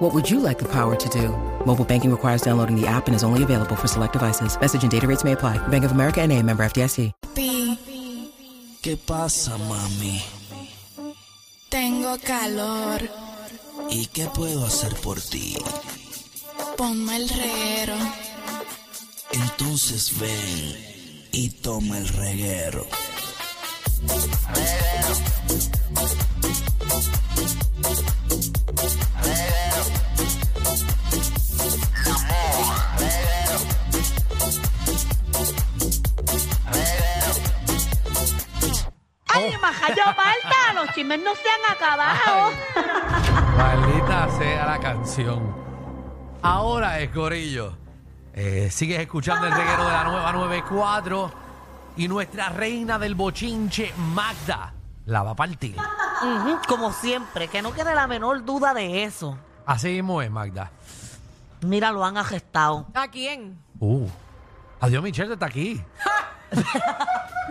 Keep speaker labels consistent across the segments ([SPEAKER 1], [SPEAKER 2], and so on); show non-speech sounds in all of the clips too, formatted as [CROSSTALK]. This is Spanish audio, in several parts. [SPEAKER 1] What would you like the power to do? Mobile banking requires downloading the app and is only available for select devices. Message and data rates may apply. Bank of America and a member FDIC.
[SPEAKER 2] ¿Qué pasa, mami?
[SPEAKER 3] Tengo calor,
[SPEAKER 2] ¿Y qué puedo hacer por ti?
[SPEAKER 3] ponme el reguero.
[SPEAKER 2] Entonces ven y toma el reguero.
[SPEAKER 4] ¡Ay, majayo Malta! ¡Los chismes no se han acabado!
[SPEAKER 5] Maldita sea la canción. Ahora es Gorillo. Eh, sigues escuchando el reguero de la nueva 94 y nuestra reina del bochinche, Magda, la va a partir.
[SPEAKER 6] Ujú, como siempre, que no quede la menor duda de eso.
[SPEAKER 5] Así mismo es, Magda.
[SPEAKER 6] Mira, lo han arrestado.
[SPEAKER 7] ¿A quién?
[SPEAKER 5] Uh. Adiós, Michelle, está aquí. Adiós.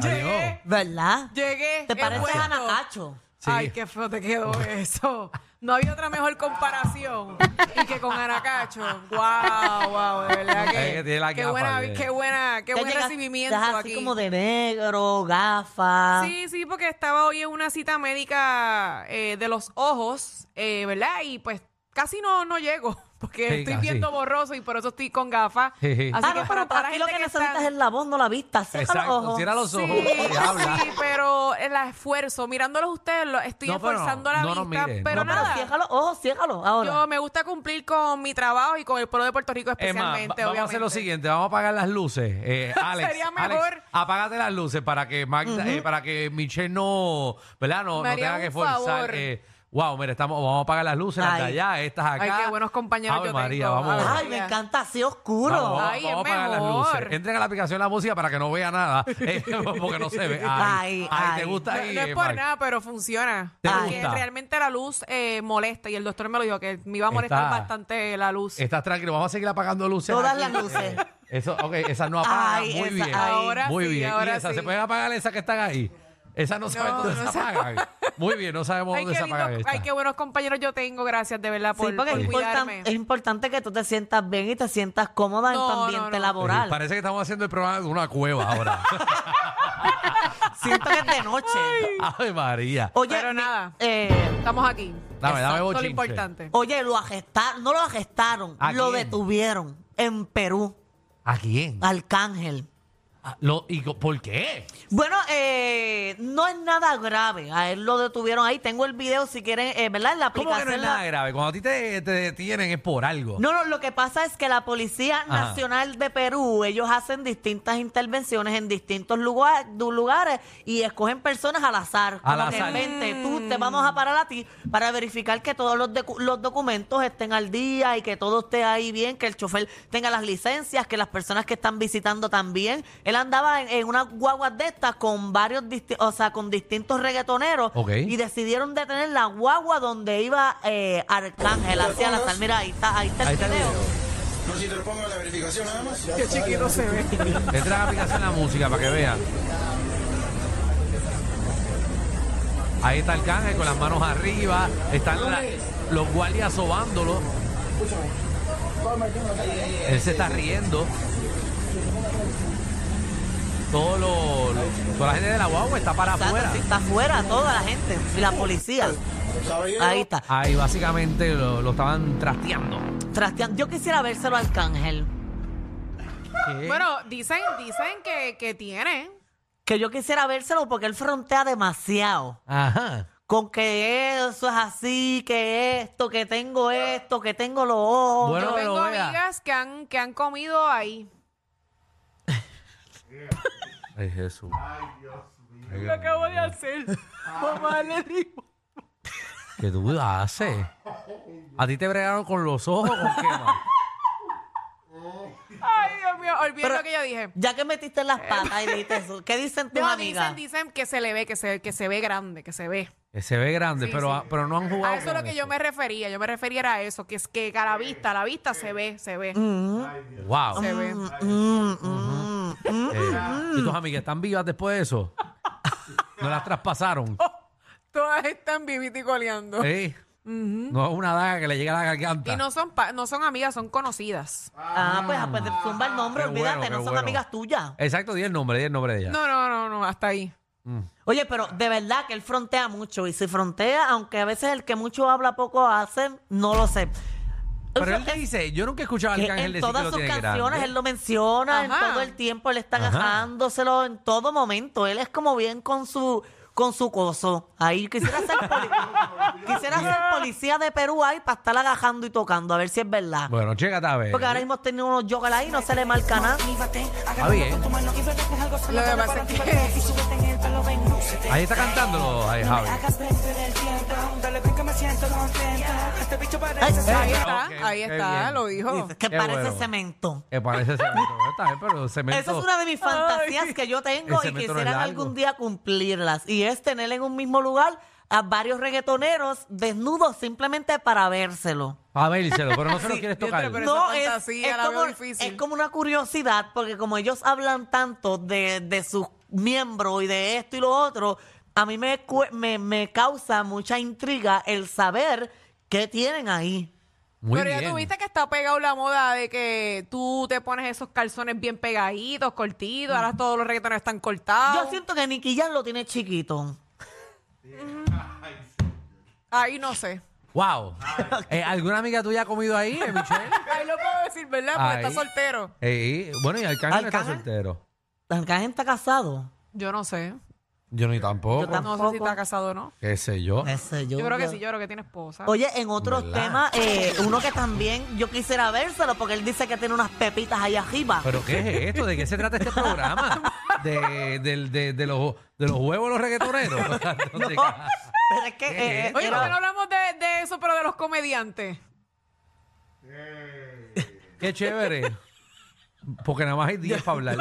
[SPEAKER 7] Llegué.
[SPEAKER 6] ¿Verdad?
[SPEAKER 7] Llegué.
[SPEAKER 6] ¿Te
[SPEAKER 7] he
[SPEAKER 6] parece
[SPEAKER 7] vuelto.
[SPEAKER 6] a Natacho?
[SPEAKER 5] Sí.
[SPEAKER 7] Ay, qué feo te quedó eso. No había otra mejor comparación. y que con Anacacho. Wow, wow, de verdad
[SPEAKER 5] Es que tiene
[SPEAKER 7] que.
[SPEAKER 5] la
[SPEAKER 7] Qué
[SPEAKER 5] capa,
[SPEAKER 7] buena,
[SPEAKER 5] eh.
[SPEAKER 7] qué buena, qué
[SPEAKER 6] Que
[SPEAKER 7] buen
[SPEAKER 6] llegas-
[SPEAKER 7] recibimiento
[SPEAKER 6] estás
[SPEAKER 7] aquí.
[SPEAKER 6] así como de negro, gafas.
[SPEAKER 7] Sí, sí, porque estaba hoy en una cita médica eh, de los ojos, eh, ¿verdad? Y pues casi no, no llego, [LAUGHS] porque
[SPEAKER 5] Sí,
[SPEAKER 7] estoy
[SPEAKER 5] casi.
[SPEAKER 7] viendo borroso y por eso estoy con gafas.
[SPEAKER 5] Sí, sí.
[SPEAKER 7] Así
[SPEAKER 6] Ah,
[SPEAKER 7] que
[SPEAKER 6] no, pero
[SPEAKER 7] para toda
[SPEAKER 6] para
[SPEAKER 7] la
[SPEAKER 6] ti lo
[SPEAKER 7] gente
[SPEAKER 6] que
[SPEAKER 7] que
[SPEAKER 6] necesitas
[SPEAKER 7] está...
[SPEAKER 6] es la voz, no la vista. Cierra los
[SPEAKER 5] Exacto.
[SPEAKER 6] ojos.
[SPEAKER 5] Cierra los ojos
[SPEAKER 7] Sí,
[SPEAKER 5] y habla.
[SPEAKER 7] sí, pero el esfuerzo, mirándolos ustedes, lo estoy
[SPEAKER 5] No, pero no,
[SPEAKER 7] esforzando la
[SPEAKER 5] no nos
[SPEAKER 7] vista,
[SPEAKER 5] miren,
[SPEAKER 7] pero
[SPEAKER 5] no,
[SPEAKER 6] Pero
[SPEAKER 7] nada.
[SPEAKER 6] cierra los ojos, ciérralos ahora.
[SPEAKER 7] yo me gusta cumplir con mi trabajo y con el pueblo de Puerto Rico
[SPEAKER 5] Es más, va-
[SPEAKER 7] especialmente,
[SPEAKER 5] vamos a hacer lo
[SPEAKER 7] obviamente.
[SPEAKER 5] siguiente, vamos a apagar las luces.
[SPEAKER 7] [LAUGHS]
[SPEAKER 5] Eh, Alex,
[SPEAKER 7] Sería
[SPEAKER 5] Alex,
[SPEAKER 7] mejor.
[SPEAKER 5] apágate las luces para que Magda- eh, para que Michelle no, ¿verdad? No,
[SPEAKER 7] Me
[SPEAKER 5] no
[SPEAKER 7] haría
[SPEAKER 5] tenga
[SPEAKER 7] un
[SPEAKER 5] que forzar.
[SPEAKER 7] favor.
[SPEAKER 5] eh, wow, mira, estamos, vamos a apagar las luces, las de
[SPEAKER 6] Ay.
[SPEAKER 5] allá, estas
[SPEAKER 7] Ay,
[SPEAKER 5] acá.
[SPEAKER 7] qué buenos compañeros
[SPEAKER 5] Ave
[SPEAKER 7] yo
[SPEAKER 5] María,
[SPEAKER 7] tengo.
[SPEAKER 5] vamos.
[SPEAKER 6] Ay, me encanta así oscuro.
[SPEAKER 5] Vamos, vamos,
[SPEAKER 7] Ay,
[SPEAKER 5] vamos
[SPEAKER 7] es
[SPEAKER 5] a apagar las
[SPEAKER 7] mejor.
[SPEAKER 5] luces. Entren a la aplicación de la música para que no vea
[SPEAKER 7] [LAUGHS]
[SPEAKER 5] nada, eh, [LAUGHS] porque no se ve. Ay,
[SPEAKER 6] Ay,
[SPEAKER 5] ay, te
[SPEAKER 6] ay.
[SPEAKER 5] gusta
[SPEAKER 7] No,
[SPEAKER 5] ahí.
[SPEAKER 7] no
[SPEAKER 5] eh,
[SPEAKER 7] es por
[SPEAKER 5] Mag.
[SPEAKER 7] nada, pero funciona.
[SPEAKER 5] ¿Te
[SPEAKER 7] Porque
[SPEAKER 5] gusta?
[SPEAKER 7] realmente la luz eh, molesta y el doctor me lo dijo que me iba a molestar
[SPEAKER 5] Está-
[SPEAKER 7] bastante la luz.
[SPEAKER 5] Estás tranquilo, vamos a seguir apagando luces.
[SPEAKER 6] Todas
[SPEAKER 5] aquí,
[SPEAKER 6] las luces.
[SPEAKER 5] porque Eso, ok, esas no apagan.
[SPEAKER 6] Ay,
[SPEAKER 5] Muy
[SPEAKER 6] esa-
[SPEAKER 5] bien.
[SPEAKER 6] ay.
[SPEAKER 7] Ahora
[SPEAKER 5] Muy
[SPEAKER 7] sí,
[SPEAKER 5] bien.
[SPEAKER 7] ahora
[SPEAKER 5] y esas,
[SPEAKER 7] sí.
[SPEAKER 5] ¿se pueden apagar esas que están ahí? Esas no saben
[SPEAKER 7] No,
[SPEAKER 5] dónde
[SPEAKER 7] no
[SPEAKER 5] se
[SPEAKER 7] sabe.
[SPEAKER 5] apagan. Muy bien, no sabemos
[SPEAKER 7] Ay,
[SPEAKER 5] dónde se
[SPEAKER 7] qué
[SPEAKER 5] apagan Eh,
[SPEAKER 7] lindo-
[SPEAKER 5] estas.
[SPEAKER 7] ay, qué buenos compañeros yo tengo, gracias de verdad por,
[SPEAKER 6] sí, porque
[SPEAKER 7] por
[SPEAKER 6] es, importan-
[SPEAKER 7] cuidarme.
[SPEAKER 6] es importante que tú te sientas bien y te sientas cómoda en
[SPEAKER 7] No,
[SPEAKER 6] tu
[SPEAKER 7] no,
[SPEAKER 6] ambiente
[SPEAKER 7] no.
[SPEAKER 5] Sí,
[SPEAKER 6] laboral.
[SPEAKER 5] Parece que estamos haciendo el programa de una cueva
[SPEAKER 7] [LAUGHS]
[SPEAKER 5] ahora.
[SPEAKER 6] Siento que es de noche.
[SPEAKER 5] Ay, María.
[SPEAKER 6] Oye,
[SPEAKER 7] Pero
[SPEAKER 6] mi-
[SPEAKER 7] nada.
[SPEAKER 6] eh,
[SPEAKER 7] Estamos aquí.
[SPEAKER 5] Dame, dame
[SPEAKER 7] Eso es
[SPEAKER 5] bochinche.
[SPEAKER 7] lo importante.
[SPEAKER 6] oye, lo arrestaron, no lo arrestaron,
[SPEAKER 5] ¿A
[SPEAKER 6] lo
[SPEAKER 5] quién?
[SPEAKER 6] detuvieron en Perú,
[SPEAKER 5] ¿A quién?
[SPEAKER 6] Arcángel.
[SPEAKER 5] Ah, lo- y co- ¿Por qué?
[SPEAKER 6] Bueno, eh, no es nada grave. A él lo detuvieron ahí. Tengo el video si quieren, eh, ¿verdad? En la
[SPEAKER 5] ¿Cómo que
[SPEAKER 6] aplicación.
[SPEAKER 5] no es
[SPEAKER 6] la-
[SPEAKER 5] nada grave? Cuando a ti te, te detienen es por algo.
[SPEAKER 6] No, no, lo que pasa es que la Policía
[SPEAKER 5] Ajá.
[SPEAKER 6] Nacional de Perú, ellos hacen distintas intervenciones en distintos lugar- du- lugares y escogen personas al azar.
[SPEAKER 5] Al
[SPEAKER 6] Como que
[SPEAKER 5] azar.
[SPEAKER 6] vente, tú te vamos a parar a ti para verificar que todos los, docu- los documentos estén al día y que todo esté ahí bien, que el chofer tenga las licencias, que las personas que están visitando también. Él andaba en, en unas guaguas de estas con varios, disti- o sea, con distintos reggaetoneros
[SPEAKER 5] Ok.
[SPEAKER 6] y decidieron detener la guagua donde iba eh, Arcángel hacia la sal. Mira, ahí está, ahí está el
[SPEAKER 5] Ahí está el
[SPEAKER 6] video.
[SPEAKER 5] video.
[SPEAKER 8] No, si te lo pongo en la verificación nada más. ya
[SPEAKER 7] Qué
[SPEAKER 8] está,
[SPEAKER 7] chiquito se ve.
[SPEAKER 5] Entra a la aplicación de la música para que vean. Ahí está el canje con las manos arriba. Están la- los guardias sobándolo. Él se está riendo. Todo lo, lo- toda la gente de la guagua está para
[SPEAKER 6] Exacto,
[SPEAKER 5] afuera.
[SPEAKER 6] sí, está afuera toda la gente y la policía.
[SPEAKER 8] caballero.
[SPEAKER 6] Ahí está.
[SPEAKER 5] Ahí básicamente lo, lo estaban trasteando.
[SPEAKER 6] Trastean. Yo quisiera vérselo al cángel.
[SPEAKER 7] Bueno, dicen, dicen que, que tiene.
[SPEAKER 6] Que yo quisiera vérselo porque él frontea demasiado.
[SPEAKER 5] Ajá.
[SPEAKER 6] Con que eso es así, que esto, que tengo esto, que tengo lo otro.
[SPEAKER 5] Bueno,
[SPEAKER 7] Yo
[SPEAKER 5] que lo
[SPEAKER 7] tengo
[SPEAKER 5] vea.
[SPEAKER 7] amigas que han, que han comido ahí.
[SPEAKER 5] Ay, Jesús.
[SPEAKER 7] Lo acabo de hacer. Mamá le dijo.
[SPEAKER 5] ¿Qué duda hace? ¿A ti te bregaron con los ojos o qué más?
[SPEAKER 7] Ay, Dios mío. olvidé
[SPEAKER 6] Pero
[SPEAKER 7] lo que yo dije.
[SPEAKER 6] Ya que metiste las patas y dijiste eso, ¿qué dicen tus
[SPEAKER 7] No,
[SPEAKER 6] amigas?
[SPEAKER 7] dicen, dicen que se le ve, que se, que se ve grande, que se ve.
[SPEAKER 5] Que Eh, se ve grande,
[SPEAKER 7] Sí,
[SPEAKER 5] pero,
[SPEAKER 7] sí.
[SPEAKER 5] ah, pero no han jugado.
[SPEAKER 7] A eso es lo
[SPEAKER 5] con
[SPEAKER 7] que yo me refería. Yo me refería a eso, que es que a la vista, a la vista se ve, se ve.
[SPEAKER 5] Mm. Wow.
[SPEAKER 7] Se ve.
[SPEAKER 6] Mm, mm, mm.
[SPEAKER 5] Eh, ¿Y tus amigas están vivas después de eso? ¿No las traspasaron?
[SPEAKER 7] Todas están vivitas y coleando.
[SPEAKER 5] ¿Eh? No es una daga que le llega a la garganta.
[SPEAKER 7] Y no son, pa- no son amigas, son conocidas.
[SPEAKER 6] Ah, pues, ah, pues zumba el nombre,
[SPEAKER 5] Qué bueno,
[SPEAKER 6] olvídate,
[SPEAKER 5] qué
[SPEAKER 6] no son
[SPEAKER 5] bueno.
[SPEAKER 6] amigas tuyas.
[SPEAKER 5] Exacto, di el nombre, di el nombre de ella.
[SPEAKER 7] No, no, no, no, hasta ahí.
[SPEAKER 6] Oye, pero de verdad que él frontea mucho y si frontea, aunque a veces el que mucho habla poco hace, no lo sé. Eso
[SPEAKER 5] Pero él
[SPEAKER 6] es
[SPEAKER 5] te dice, yo nunca he escuchado a
[SPEAKER 6] que
[SPEAKER 5] Arcángel
[SPEAKER 6] en
[SPEAKER 5] decir que
[SPEAKER 6] todas
[SPEAKER 5] lo
[SPEAKER 6] sus
[SPEAKER 5] tiene
[SPEAKER 6] canciones él
[SPEAKER 5] grande.
[SPEAKER 6] lo menciona,
[SPEAKER 7] Ajá.
[SPEAKER 6] en todo el tiempo él está
[SPEAKER 5] Ajá.
[SPEAKER 6] agajándoselo en todo momento. Él es como bien con su con su coso. Ahí quisiera ser
[SPEAKER 5] [LAUGHS]
[SPEAKER 6] poli- quisiera ser policía de Perú ahí para estar agajando y tocando, a ver si es verdad.
[SPEAKER 5] Bueno, chécate a ver.
[SPEAKER 6] Porque ahora mismo tiene unos joggers ahí, no se le marca nada.
[SPEAKER 5] Está bien.
[SPEAKER 7] Lo que pasa es que
[SPEAKER 5] Ahí está cantándolo, ahí, Javi.
[SPEAKER 6] Ay,
[SPEAKER 7] ahí está,
[SPEAKER 5] Eh, ah, ok,
[SPEAKER 7] ahí
[SPEAKER 5] qué
[SPEAKER 7] está,
[SPEAKER 5] bien.
[SPEAKER 7] lo dijo.
[SPEAKER 6] que
[SPEAKER 5] Qué
[SPEAKER 6] parece
[SPEAKER 5] bueno.
[SPEAKER 6] cemento.
[SPEAKER 5] Que parece cemento. Está bien, pero cemento.
[SPEAKER 6] Esa es una de mis fantasías que yo tengo
[SPEAKER 5] Ese
[SPEAKER 6] y
[SPEAKER 5] metro no es
[SPEAKER 6] quisiera
[SPEAKER 5] largo.
[SPEAKER 6] algún día cumplirlas. Y es tener en un mismo lugar a varios reggaetoneros desnudos simplemente para vérselo.
[SPEAKER 5] A vérselo, pero no se lo quieres tocar.
[SPEAKER 7] pero- esa fantasía la veo
[SPEAKER 6] como,
[SPEAKER 7] difícil.
[SPEAKER 6] es como una curiosidad, porque como ellos hablan tanto de, de sus miembros y de esto y lo otro, a mí me, cu- me, me causa mucha intriga el saber qué tienen ahí.
[SPEAKER 5] Muy
[SPEAKER 7] Pero ya
[SPEAKER 5] bien.
[SPEAKER 7] tuviste que está pegado la moda de que tú te pones esos calzones bien pegaditos, cortitos, ahora todos los reggaetones están cortados.
[SPEAKER 6] Yo siento que Nicky Jam lo tiene chiquito.
[SPEAKER 7] Ahí no sé.
[SPEAKER 5] Wow.
[SPEAKER 7] Ah,
[SPEAKER 5] Eh, ¿Alguna amiga tuya ha comido ahí, eh,
[SPEAKER 6] [LAUGHS]
[SPEAKER 5] Michelle?
[SPEAKER 7] Ahí lo puedo decir, ¿verdad? Porque
[SPEAKER 5] Ahí.
[SPEAKER 7] está soltero.
[SPEAKER 5] Eh, bueno, y Arcángel no está
[SPEAKER 6] ¿Arcángel?
[SPEAKER 5] soltero.
[SPEAKER 6] Arcángel está casado.
[SPEAKER 7] Yo no sé.
[SPEAKER 5] Yo ni tampoco.
[SPEAKER 6] Yo Eh. tampoco.
[SPEAKER 7] No sé si está casado o no.
[SPEAKER 5] ¿Qué sé yo?
[SPEAKER 6] Qué sé
[SPEAKER 7] Yo creo que sí, yo creo que tiene esposa.
[SPEAKER 6] Oye, en otros
[SPEAKER 5] ¿Verdad?
[SPEAKER 6] temas, eh, uno que también yo quisiera vérselo porque él dice que tiene unas pepitas ahí arriba. [LAUGHS]
[SPEAKER 5] ¿Pero qué es esto? ¿De qué se trata este programa? ¿De, del- de- de los, de los huevos de los reggaetoneros? ¿Dónde
[SPEAKER 6] [LAUGHS] No,
[SPEAKER 5] ca-
[SPEAKER 6] pero es que
[SPEAKER 5] ¿Qué
[SPEAKER 6] eh,
[SPEAKER 5] es
[SPEAKER 7] Oye,
[SPEAKER 6] era-
[SPEAKER 7] ¿por qué no hablamos de, de eso, pero de los comediantes?
[SPEAKER 5] Qué chévere. Porque nada más hay 10 para hablar.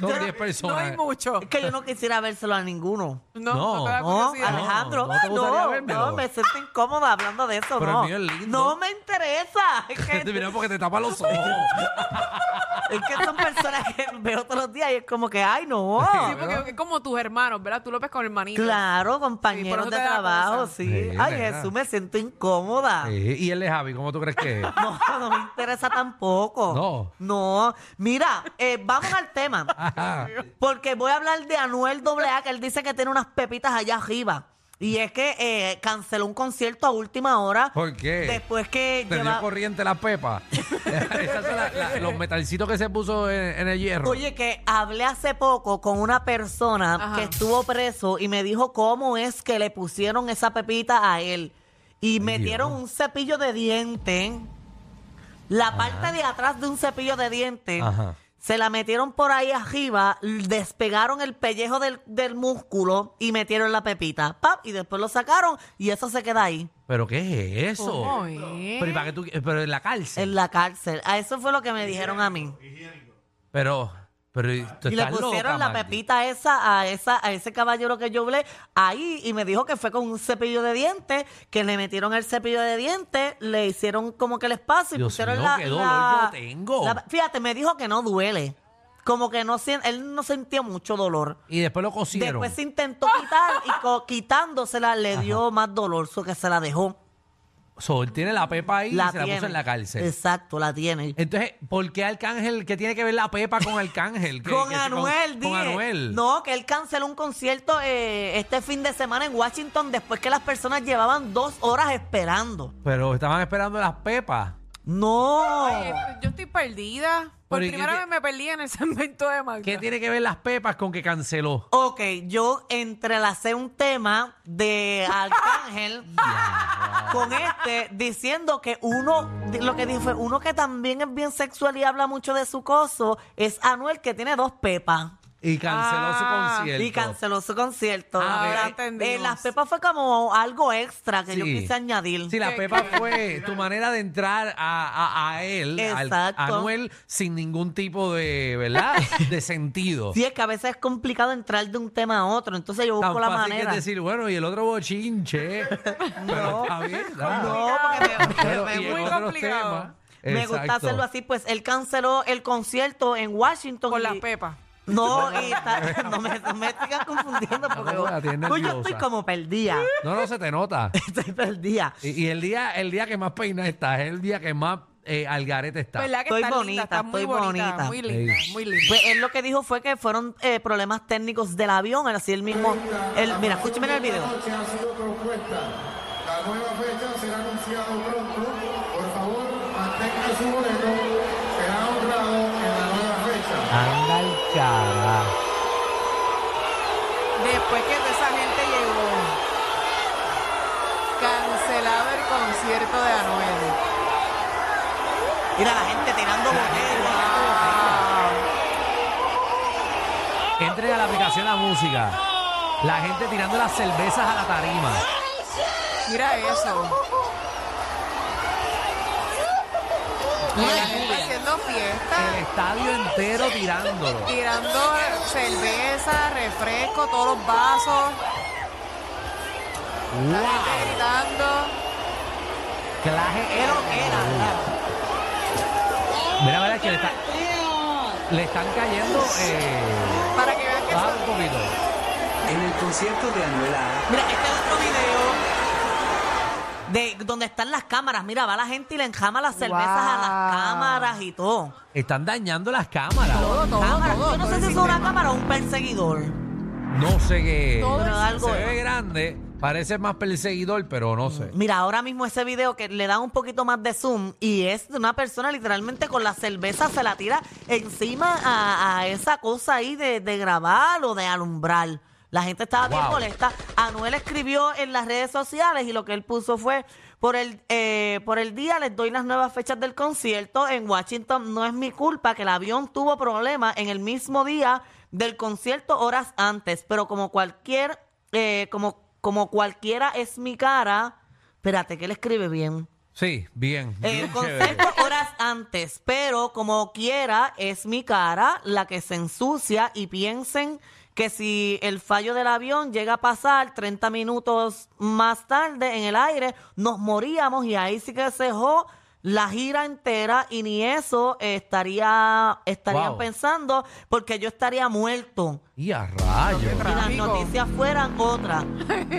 [SPEAKER 5] Son 10
[SPEAKER 7] No
[SPEAKER 5] personas.
[SPEAKER 7] hay mucho.
[SPEAKER 6] es que yo no quisiera vérselo a ninguno.
[SPEAKER 5] No.
[SPEAKER 7] No, no, te da
[SPEAKER 6] No,
[SPEAKER 7] curiosidad.
[SPEAKER 6] Alejandro,
[SPEAKER 5] No, ¿no te gustaría
[SPEAKER 6] no,
[SPEAKER 5] vérmelo?
[SPEAKER 6] no, me siento incómoda hablando de eso,
[SPEAKER 5] Pero el
[SPEAKER 6] no.
[SPEAKER 5] mío es lindo.
[SPEAKER 6] No me
[SPEAKER 5] [LAUGHS]
[SPEAKER 6] interesa. Es que,
[SPEAKER 5] Te mira porque te tapa los
[SPEAKER 6] [LAUGHS]
[SPEAKER 5] ojos.
[SPEAKER 6] es que son personas que veo todos los días y es como que, ay,
[SPEAKER 5] [LAUGHS]
[SPEAKER 6] no.
[SPEAKER 7] Sí, porque es como tus hermanos, ¿verdad? Tú lo ves con hermanitos.
[SPEAKER 6] Claro,
[SPEAKER 7] Sí, por
[SPEAKER 6] compañeros
[SPEAKER 7] eso
[SPEAKER 6] de
[SPEAKER 7] te da
[SPEAKER 6] trabajo,
[SPEAKER 7] cosa.
[SPEAKER 6] sí.
[SPEAKER 5] Sí,
[SPEAKER 6] Ay,
[SPEAKER 5] ¿verdad?
[SPEAKER 6] Jesús, me siento incómoda.
[SPEAKER 5] Eh, y él es Javi, ¿cómo tú crees que es?
[SPEAKER 6] No, [LAUGHS] no me interesa tampoco.
[SPEAKER 5] No.
[SPEAKER 6] No. Mira, eh, vamos al tema. [LAUGHS]
[SPEAKER 5] Ajá.
[SPEAKER 6] Porque voy a hablar de Anuel AA, que él dice que tiene unas pepitas allá arriba. Y es que eh, canceló un concierto a última hora.
[SPEAKER 5] ¿Por qué?
[SPEAKER 6] Después que
[SPEAKER 5] Te dio
[SPEAKER 6] lleva-
[SPEAKER 5] corriente la
[SPEAKER 6] [LAUGHS]
[SPEAKER 5] pepa. Esas son la- la- los metalcitos que se puso en, en el hierro.
[SPEAKER 6] Oye, que hablé hace poco con una persona
[SPEAKER 7] Ajá.
[SPEAKER 6] que estuvo preso y me dijo cómo es que le pusieron esa pepita a él. Y metieron
[SPEAKER 5] Dios.
[SPEAKER 6] un cepillo de diente. La parte de atrás de un cepillo de diente.
[SPEAKER 5] Ajá.
[SPEAKER 6] Se la metieron por ahí arriba, l- despegaron el pellejo del, del músculo y metieron la pepita. ¡Pap! Y después lo sacaron y eso se queda ahí,
[SPEAKER 5] ¿Pero qué es eso?
[SPEAKER 7] ¿Cómo es?
[SPEAKER 5] Pero, ¿y para qué tú- pero en la cárcel.
[SPEAKER 6] en la cárcel. A eso fue lo que me dijeron a mí.
[SPEAKER 5] Pero, pero tú
[SPEAKER 6] Y le
[SPEAKER 5] estás
[SPEAKER 6] pusieron
[SPEAKER 5] loca,
[SPEAKER 6] la
[SPEAKER 5] Magdi.
[SPEAKER 6] pepita esa a esa a ese caballero que yo hablé ahí y me dijo que fue con un cepillo de dientes, que le metieron el cepillo de dientes, le hicieron como que el espacio y
[SPEAKER 5] Dios
[SPEAKER 6] pusieron
[SPEAKER 5] mío,
[SPEAKER 6] la,
[SPEAKER 5] qué dolor
[SPEAKER 6] la-
[SPEAKER 5] yo tengo.
[SPEAKER 6] la- fíjate, me dijo que no duele. Como que no sien- él no sentía mucho dolor.
[SPEAKER 5] Y después lo cosieron.
[SPEAKER 6] Después se intentó quitar y
[SPEAKER 5] [LAUGHS]
[SPEAKER 6] co- quitándosela le dio más dolor, so que se la dejó.
[SPEAKER 5] So, él tiene la pepa ahí y
[SPEAKER 6] La
[SPEAKER 5] se la puso
[SPEAKER 6] tiene.
[SPEAKER 5] en la cárcel.
[SPEAKER 6] Exacto, la tiene.
[SPEAKER 5] Entonces, ¿por qué Arcángel? ¿Qué tiene que ver la pepa con Arcángel? ¿Qué-
[SPEAKER 6] Con
[SPEAKER 5] qué-
[SPEAKER 6] Anuel,
[SPEAKER 5] Con,
[SPEAKER 6] dije.
[SPEAKER 5] con Anuel.
[SPEAKER 6] No, que él canceló un concierto eh, este fin de semana en Washington después que las personas llevaban dos horas esperando.
[SPEAKER 5] Pero estaban esperando las pepas.
[SPEAKER 6] No.
[SPEAKER 7] Oye, Eh, yo estoy perdida. Por
[SPEAKER 5] Pero, ¿y qué
[SPEAKER 7] primera
[SPEAKER 5] tie-
[SPEAKER 7] vez me perdí en el segmento de Magda.
[SPEAKER 6] Ah.
[SPEAKER 5] ¿Qué tiene que ver las pepas con que canceló?
[SPEAKER 6] Ok, yo entrelacé un tema
[SPEAKER 5] [LAUGHS]
[SPEAKER 6] de Arcángel con este diciendo que uno, di- lo que dije fue, uno que también es bien sexual y habla mucho de su coso es Anuel que tiene dos pepas.
[SPEAKER 5] Y canceló
[SPEAKER 7] Ah,
[SPEAKER 5] su concierto.
[SPEAKER 6] Y canceló su concierto.
[SPEAKER 5] Ah,
[SPEAKER 6] Ahora,
[SPEAKER 5] ya
[SPEAKER 7] entendimos.
[SPEAKER 6] eh, las pepas fue como algo extra que yo
[SPEAKER 5] Sí.
[SPEAKER 6] quise añadir.
[SPEAKER 5] Sí, la
[SPEAKER 7] Qué
[SPEAKER 5] pepa
[SPEAKER 7] casualidad.
[SPEAKER 5] fue tu manera de entrar a, a- a él, al-
[SPEAKER 6] Exacto.
[SPEAKER 5] a Anuel, sin ningún tipo de, ¿verdad? de sentido.
[SPEAKER 6] Sí, es que a veces es complicado entrar de un tema a otro, entonces yo busco
[SPEAKER 5] Tan
[SPEAKER 6] la
[SPEAKER 5] fácil que
[SPEAKER 6] manera.
[SPEAKER 5] es decir, bueno, y el otro
[SPEAKER 6] [LAUGHS]
[SPEAKER 5] bochinche. Pero está bien, dale.
[SPEAKER 6] No, porque me-
[SPEAKER 5] Pero,
[SPEAKER 7] me-
[SPEAKER 5] y en
[SPEAKER 7] muy
[SPEAKER 5] otros
[SPEAKER 7] complicado.
[SPEAKER 5] temas.
[SPEAKER 6] me gusta
[SPEAKER 5] Exacto.
[SPEAKER 6] hacerlo así, pues él canceló el concierto en Washington.
[SPEAKER 7] Con las
[SPEAKER 6] y-
[SPEAKER 7] pepas.
[SPEAKER 6] No,
[SPEAKER 5] [LAUGHS]
[SPEAKER 6] y está- no me, no me sigas confundiendo porque
[SPEAKER 5] Ah, No, la tienes
[SPEAKER 6] yo- yo
[SPEAKER 5] nerviosa.
[SPEAKER 6] estoy como perdida. [LAUGHS]
[SPEAKER 5] No, no se te nota.
[SPEAKER 6] Estoy perdida.
[SPEAKER 5] Y, y el día el día que más peinas estás, es el día que más eh, al garete estás.
[SPEAKER 7] ¿Verdad que
[SPEAKER 6] Estoy
[SPEAKER 7] está
[SPEAKER 6] bonita,
[SPEAKER 7] linda? Está muy
[SPEAKER 6] estoy bonita.
[SPEAKER 7] Muy linda,
[SPEAKER 5] Sí.
[SPEAKER 7] muy linda.
[SPEAKER 6] Pues él lo que dijo fue que fueron eh, problemas técnicos del avión, así él mismo. él- mira, escúcheme en el video.
[SPEAKER 8] noche ha sido propuesta. La nueva fecha será anunciada pronto. Por favor, mantenga su boleto. Será honrado en la nueva fecha.
[SPEAKER 5] Anda el cara.
[SPEAKER 7] Después que toda esa gente llegó, cancelado el concierto de Anuel.
[SPEAKER 6] Mira la gente tirando botellas.
[SPEAKER 7] Ah,
[SPEAKER 5] Entren a la aplicación La Música. La gente tirando las cervezas a la tarima.
[SPEAKER 7] Mira eso. Y la gente haciendo
[SPEAKER 5] El
[SPEAKER 7] fiesta,
[SPEAKER 5] estadio entero tirándolo.
[SPEAKER 7] tirando cerveza, refresco, todos los vasos, la gente
[SPEAKER 5] ¡Wow!
[SPEAKER 7] gritando.
[SPEAKER 5] Claje
[SPEAKER 6] Era que era, ¿verdad?
[SPEAKER 5] Mira, mira que le, está- le están cayendo. Eh,
[SPEAKER 7] Para que vean que
[SPEAKER 5] baja
[SPEAKER 7] eso
[SPEAKER 5] un poquito.
[SPEAKER 9] En el concierto de Anuel A,
[SPEAKER 6] Mira, este es otro video de donde están las cámaras. Mira, va la gente y le enjama las cervezas a las
[SPEAKER 7] Wow.
[SPEAKER 6] cámaras y todo.
[SPEAKER 5] Están dañando las cámaras.
[SPEAKER 7] todo, todo,
[SPEAKER 6] Cámaras.
[SPEAKER 7] todo.
[SPEAKER 6] Yo no
[SPEAKER 7] todo
[SPEAKER 6] sé si
[SPEAKER 7] el
[SPEAKER 6] es
[SPEAKER 7] sistema.
[SPEAKER 6] una cámara o un perseguidor.
[SPEAKER 5] No sé qué.
[SPEAKER 7] Todo
[SPEAKER 6] Pero algo
[SPEAKER 5] se
[SPEAKER 6] es.
[SPEAKER 5] ve grande. Parece más perseguidor, pero no sé.
[SPEAKER 6] Mira, ahora mismo ese video que le da un poquito más de zoom y es de una persona literalmente con la cerveza se la tira encima a, a esa cosa ahí de, de grabar o de alumbrar. La gente estaba bien
[SPEAKER 5] Wow.
[SPEAKER 6] molesta. Anuel escribió en las redes sociales y lo que él puso fue por el eh, por el día les doy las nuevas fechas del concierto en Washington. No es mi culpa que el avión tuvo problemas en el mismo día del concierto horas antes, pero como cualquier eh, como como cualquiera es mi cara. Espérate, que él escribe bien.
[SPEAKER 5] Sí, bien. bien
[SPEAKER 6] El
[SPEAKER 5] chévere.
[SPEAKER 6] concierto horas antes, pero como quiera es mi cara la que se ensucia y piensen que si el fallo del avión llega a pasar 30 minutos más tarde en el aire, nos moríamos y ahí sí que se dejó la gira entera y ni eso eh, estaría estarían
[SPEAKER 5] Wow.
[SPEAKER 6] pensando porque yo estaría muerto.
[SPEAKER 5] Y a rayos.
[SPEAKER 6] Y las
[SPEAKER 7] Amigo.
[SPEAKER 6] noticias fueran otras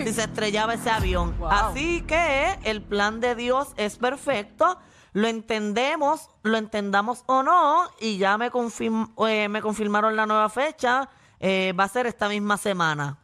[SPEAKER 6] si se estrellaba ese avión.
[SPEAKER 7] Wow.
[SPEAKER 6] Así que el plan de Dios es perfecto. Lo entendemos, lo entendamos o no, y ya me, confirm- eh, me confirmaron la nueva fecha. eh, va a ser esta misma semana.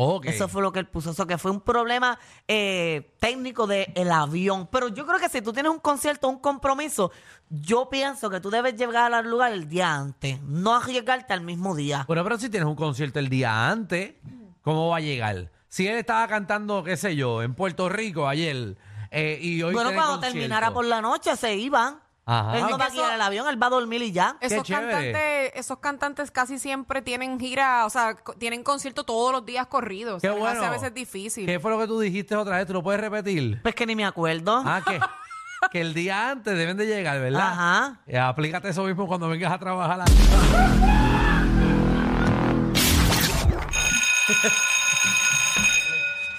[SPEAKER 5] Ok.
[SPEAKER 6] Eso fue lo que él puso. Eso que fue un problema eh, técnico del avión. Pero yo creo que si tú tienes un concierto, un compromiso, yo pienso que tú debes llegar al lugar el día antes, no arriesgarte al mismo día.
[SPEAKER 5] Bueno, pero si tienes un concierto el día antes, ¿cómo va a llegar? Si él estaba cantando, qué sé yo, en Puerto Rico ayer eh, y hoy
[SPEAKER 6] Bueno,
[SPEAKER 5] tiene
[SPEAKER 6] cuando
[SPEAKER 5] concierto.
[SPEAKER 6] terminara por la noche se iban.
[SPEAKER 5] Ajá.
[SPEAKER 6] Él
[SPEAKER 5] Es
[SPEAKER 6] no
[SPEAKER 5] que
[SPEAKER 6] va a guiar
[SPEAKER 7] eso-
[SPEAKER 6] el avión, él va a dormir y ya.
[SPEAKER 7] Esos
[SPEAKER 5] chévere.
[SPEAKER 7] cantantes, esos cantantes casi siempre tienen gira, o sea, co- tienen concierto todos los días corridos.
[SPEAKER 5] Qué
[SPEAKER 7] Se les
[SPEAKER 5] bueno.
[SPEAKER 7] hace a veces difícil.
[SPEAKER 5] ¿Qué fue lo que tú dijiste otra vez? ¿Tú lo puedes repetir?
[SPEAKER 6] Pues que ni me acuerdo.
[SPEAKER 5] Ah,
[SPEAKER 7] [LAUGHS]
[SPEAKER 5] que, que el día antes deben de llegar, ¿verdad?
[SPEAKER 6] Ajá.
[SPEAKER 5] Eh, aplícate eso mismo cuando vengas a trabajar.